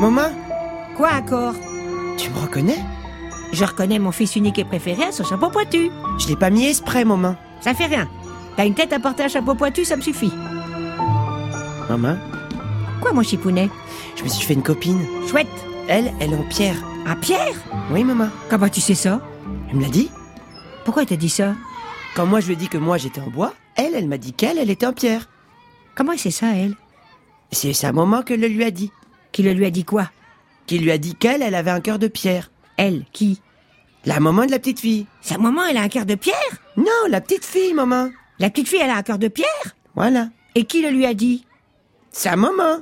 Maman, Quoi encore tu me reconnais Je reconnais mon fils unique et préféré à son chapeau pointu. Je l'ai pas mis exprès, maman. Ça fait rien. T'as une tête à porter un chapeau pointu, ça me suffit. Maman, Quoi, mon chipounet je me suis fait une copine. Chouette Elle, elle est en pierre. Un Pierre Oui, maman. Comment tu sais ça Elle me l'a dit. Pourquoi il t'a dit ça Quand moi je lui ai dit que moi j'étais en bois, elle, elle m'a dit qu'elle, elle était en pierre. Comment c'est ça, elle C'est sa maman que le lui a dit. Qui le lui a dit quoi Qui lui a dit qu'elle, elle avait un cœur de pierre. Elle, qui La maman de la petite fille. Sa maman, elle a un cœur de pierre Non, la petite fille, maman. La petite fille, elle a un cœur de pierre Voilà. Et qui le lui a dit Sa maman.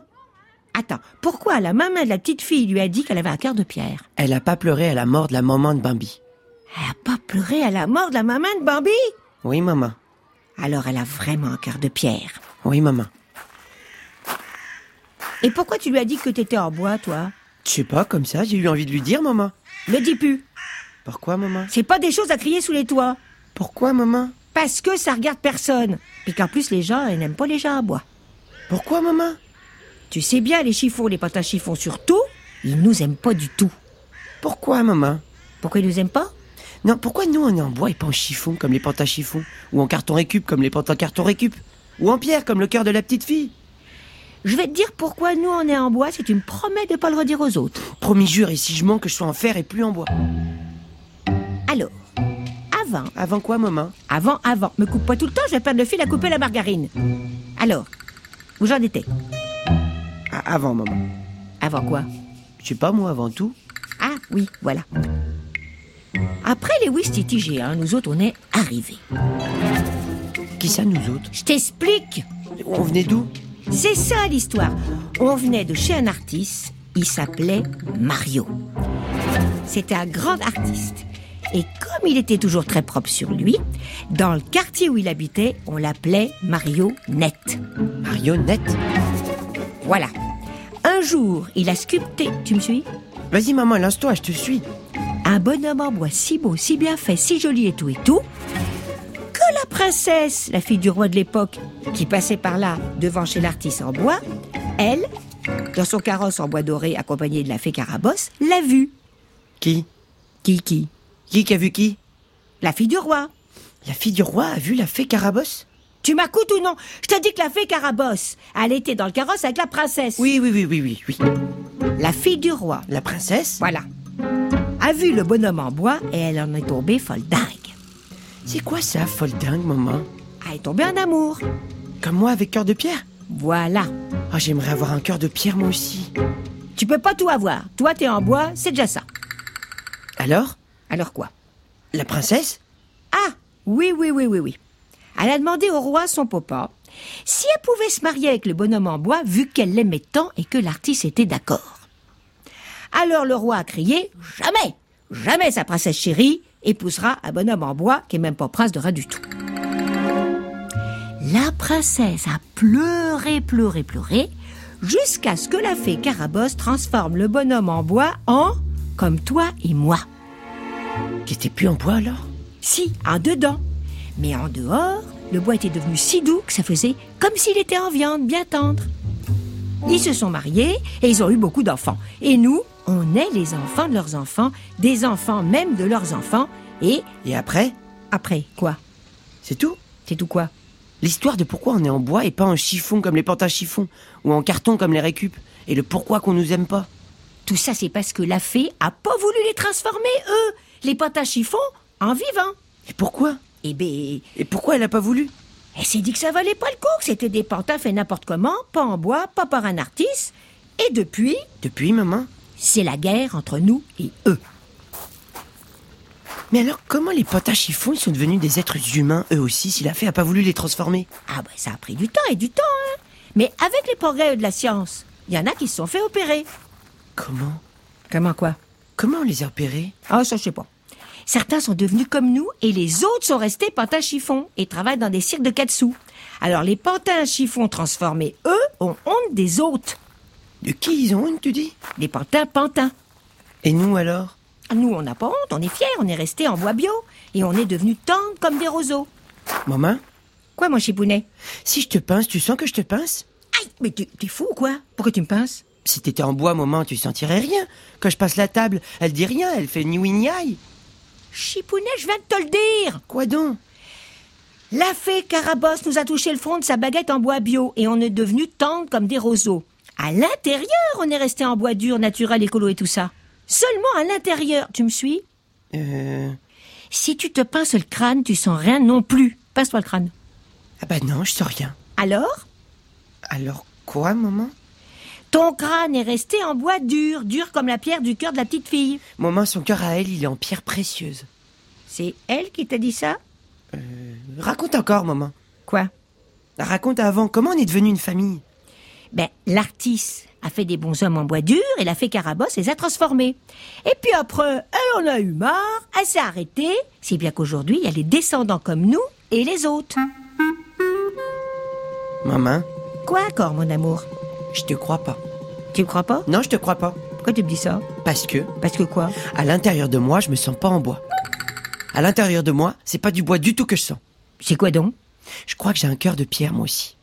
Attends, pourquoi la maman de la petite fille lui a dit qu'elle avait un cœur de pierre Elle a pas pleuré à la mort de la maman de Bambi. Elle a pas pleuré à la mort de la maman de Bambi Oui, maman. Alors elle a vraiment un cœur de pierre. Oui, maman. Et pourquoi tu lui as dit que t'étais en bois, toi Je sais pas, comme ça, j'ai eu envie de lui dire, maman. Le dis plus. Pourquoi, maman C'est pas des choses à crier sous les toits. Pourquoi, maman Parce que ça regarde personne. Et qu'en plus, les gens, ils n'aiment pas les gens à bois. Pourquoi, maman Tu sais bien, les chiffons, les pantins chiffons surtout, ils nous aiment pas du tout. Pourquoi, maman Pourquoi ils nous aiment pas Non, pourquoi nous, on est en bois et pas en chiffon, comme les pantins chiffons Ou en carton récup, comme les pantins carton récup Ou en pierre, comme le cœur de la petite fille Je vais te dire pourquoi nous on est en bois si tu me promets de pas le redire aux autres. Promis, jure, et si je mens, que je sois en fer et plus en bois. Alors, avant, Avant quoi, maman avant, avant, me coupe pas tout le temps, je vais perdre le fil à couper la margarine. Alors, où j'en étais Ah, Avant, maman. Avant quoi Je sais pas, moi, avant tout. Ah oui, voilà. Après les Ouistiti géants, nous autres on est arrivés. Qui ça, nous autres Je t'explique On venait d'où C'est ça l'histoire. On venait de chez un artiste, il s'appelait Mario. C'était un grand artiste. Et comme il était toujours très propre sur lui, dans le quartier où il habitait, on l'appelait Mario Net. Marionnette Voilà. Un jour, il a sculpté, tu me suis Vas-y, maman, lance-toi, je te suis. Un bonhomme en bois si beau, si bien fait, si joli et tout et tout, que la princesse, la fille du roi de l'époque, qui passait par là devant chez l'artiste en bois, elle, dans son carrosse en bois doré accompagnée de la fée Carabosse, l'a vu. Qui Qui qui Qui qui a vu qui La fille du roi. La fille du roi a vu la fée Carabosse Tu m'accoutes ou non Je te dis que la fée Carabosse, elle était dans le carrosse avec la princesse. Oui, oui, oui, oui, oui, oui. La fille du roi, La princesse voilà, a vu le bonhomme en bois et elle en est tombée folle dingue. C'est quoi ça, folle dingue, maman Elle est tombée en amour. Comme moi avec cœur de pierre Voilà. Ah, j'aimerais avoir un cœur de pierre moi aussi. Tu peux pas tout avoir. Toi, t'es en bois, c'est déjà ça. Alors Alors quoi La princesse Ah Oui, oui, oui, oui, oui. Elle a demandé au roi, son papa, si elle pouvait se marier avec le bonhomme en bois, vu qu'elle l'aimait tant et que l'artiste était d'accord. Alors le roi a crié Jamais Jamais sa princesse chérie épousera un bonhomme en bois qui est même pas prince de rien du tout. La princesse a pleuré, pleuré, pleuré, jusqu'à ce que la fée Carabosse transforme le bonhomme en bois en comme toi et moi. Qui était plus en bois alors Si, en dedans. Mais en dehors, le bois était devenu si doux que ça faisait comme s'il était en viande, bien tendre. Ils se sont mariés et ils ont eu beaucoup d'enfants. Et nous, on est les enfants de leurs enfants, des enfants même de leurs enfants. Et Et après après, quoi C'est tout C'est tout quoi L'histoire de pourquoi on est en bois et pas en chiffon comme les pantins chiffons, ou en carton comme les récup, et le pourquoi qu'on nous aime pas. Tout ça, c'est parce que la fée a pas voulu les transformer, eux, les pâtes à chiffon, en vivants. Et pourquoi Eh ben, Et pourquoi elle a pas voulu Elle s'est dit que ça valait pas le coup, que c'était des pantins faits n'importe comment, pas en bois, pas par un artiste. Et depuis, Depuis, maman c'est la guerre entre nous et eux. Mais alors comment les pantins chiffons ils sont devenus des êtres humains eux aussi si la fée a pas voulu les transformer Ah ben ça a pris du temps et du temps, hein. Mais avec les progrès de la science, il y en a qui se sont fait opérer. Comment Comment quoi Comment on les a opérés Ah ça je sais pas. Certains sont devenus comme nous et les autres sont restés pantins chiffons et travaillent dans des cirques de Katsu. Alors les pantins chiffons transformés, eux, ont honte des autres. De qui ils ont honte, tu dis Des pantins pantins. Et nous alors Nous on n'a pas honte, on est fiers, on est restés en bois bio et on est devenus tendres comme des roseaux. Maman Quoi mon chipounet Si je te pince, tu sens que je te pince Aïe, mais tu- t'es fou ou quoi Pourquoi tu me pinces Si t'étais en bois, maman, tu sentirais rien. Quand je passe la table, elle dit rien, elle fait ni oui ni aïe. Chipounet, je viens de te le dire Quoi donc La fée Carabosse nous a touché le front de sa baguette en bois bio et on est devenu tendre comme des roseaux. À l'intérieur, on est resté en bois dur, naturel, écolo et tout ça. Seulement à l'intérieur, tu me suis Euh. Si tu te pinces le crâne, tu sens rien non plus. Pince-toi le crâne. Ah bah non, je sens rien. Alors Alors quoi, maman Ton crâne est resté en bois dur, dur comme la pierre du cœur de la petite fille. Maman, son cœur à elle, il est en pierre précieuse. C'est elle qui t'a dit ça Raconte encore, maman. Quoi Raconte avant, comment on est devenu une famille Ben, l'artiste a fait des bonshommes en bois dur et la fée Carabosse les a transformés. Et puis après, elle en a eu marre, elle s'est arrêtée, si bien qu'aujourd'hui, il y a les descendants comme nous et les autres. Maman, Quoi encore, mon amour je te crois pas. Tu me crois pas Non, je te crois pas. Pourquoi tu me dis ça Parce que, Parce que quoi à l'intérieur de moi, je me sens pas en bois. À l'intérieur de moi, c'est pas du bois du tout que je sens. C'est quoi donc Je crois que j'ai un cœur de pierre, moi aussi.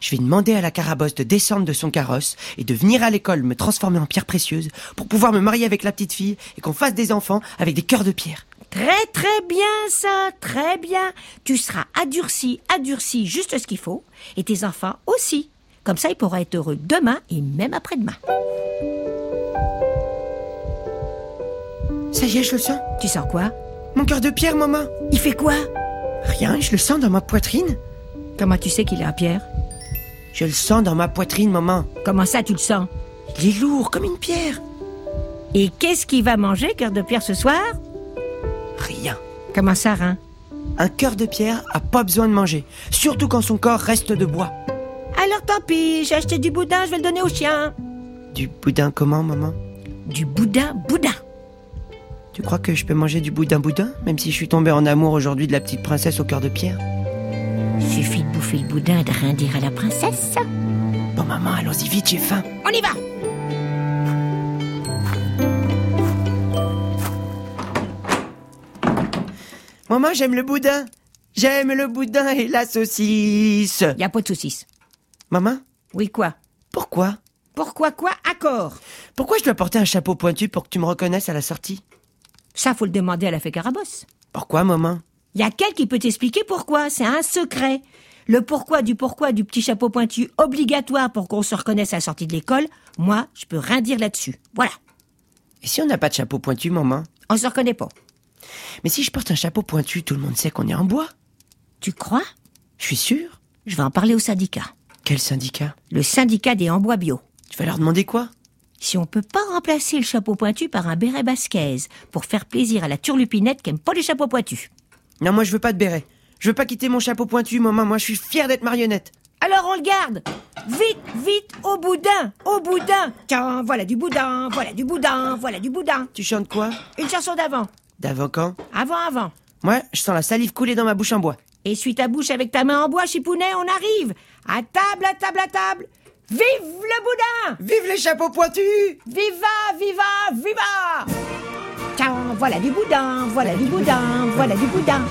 Je vais demander à la carabosse de descendre de son carrosse et de venir à l'école me transformer en pierre précieuse pour pouvoir me marier avec la petite fille et qu'on fasse des enfants avec des cœurs de pierre. Très très bien ça, très bien. Tu seras adurci, adurci, juste ce qu'il faut, et tes enfants aussi. Comme ça, ils pourront être heureux demain et même après-demain. Ça y est, je le sens. Tu sens quoi Mon cœur de pierre, maman. Il fait quoi Rien, je le sens dans ma poitrine. Comment tu sais qu'il est à pierre Je le sens dans ma poitrine, maman. Comment ça, tu le sens Il est lourd comme une pierre. Et qu'est-ce qu'il va manger, cœur de pierre, ce soir Rien. Comment ça, rein Un cœur de pierre a pas besoin de manger, surtout quand son corps reste de bois. Alors tant pis, j'ai acheté du boudin, je vais le donner au chien. Du boudin comment, maman Du boudin, boudin. Tu crois que je peux manger du boudin boudin, même si je suis tombée en amour aujourd'hui de la petite princesse au cœur de pierre Suffit de bouffer le boudin et de rien dire à la princesse. Bon, maman, allons-y vite, j'ai faim. On y va Maman, j'aime le boudin. J'aime le boudin et la saucisse. Y a pas de saucisse. Maman, Oui, quoi pourquoi Pourquoi quoi Accord Pourquoi je dois porter un chapeau pointu pour que tu me reconnaisses à la sortie Ça, faut le demander à la fée Carabosse. Pourquoi, maman Il y a quelqu'un qui peut t'expliquer pourquoi, c'est un secret. Le pourquoi du pourquoi du petit chapeau pointu obligatoire pour qu'on se reconnaisse à la sortie de l'école, moi, je peux rien dire là-dessus. Voilà, Et si on n'a pas de chapeau pointu, maman on se reconnaît pas. Mais si je porte un chapeau pointu, tout le monde sait qu'on est en bois. Tu crois Je suis sûr. Je vais en parler au syndicat. Quel syndicat Le syndicat des embois bio. Tu vas leur demander quoi Si on peut pas remplacer le chapeau pointu par un béret basquez pour faire plaisir à la turlupinette qui aime pas les chapeaux pointus. Non, moi je veux pas de béret. Je veux pas quitter mon chapeau pointu, maman. Moi je suis fière d'être marionnette. Alors on le garde Vite, vite, au boudin Au boudin Tiens, voilà du boudin, voilà du boudin, voilà du boudin Tu chantes quoi Une chanson d'avant. D'avant quand Avant, avant. Moi, je sens la salive couler dans ma bouche en bois. Essuie ta bouche avec ta main en bois, chipounet, on arrive À table, à table, à table Vive le boudin Vive les chapeaux pointus Viva, viva, viva Tiens, voilà du boudin, voilà du boudin, voilà du boudin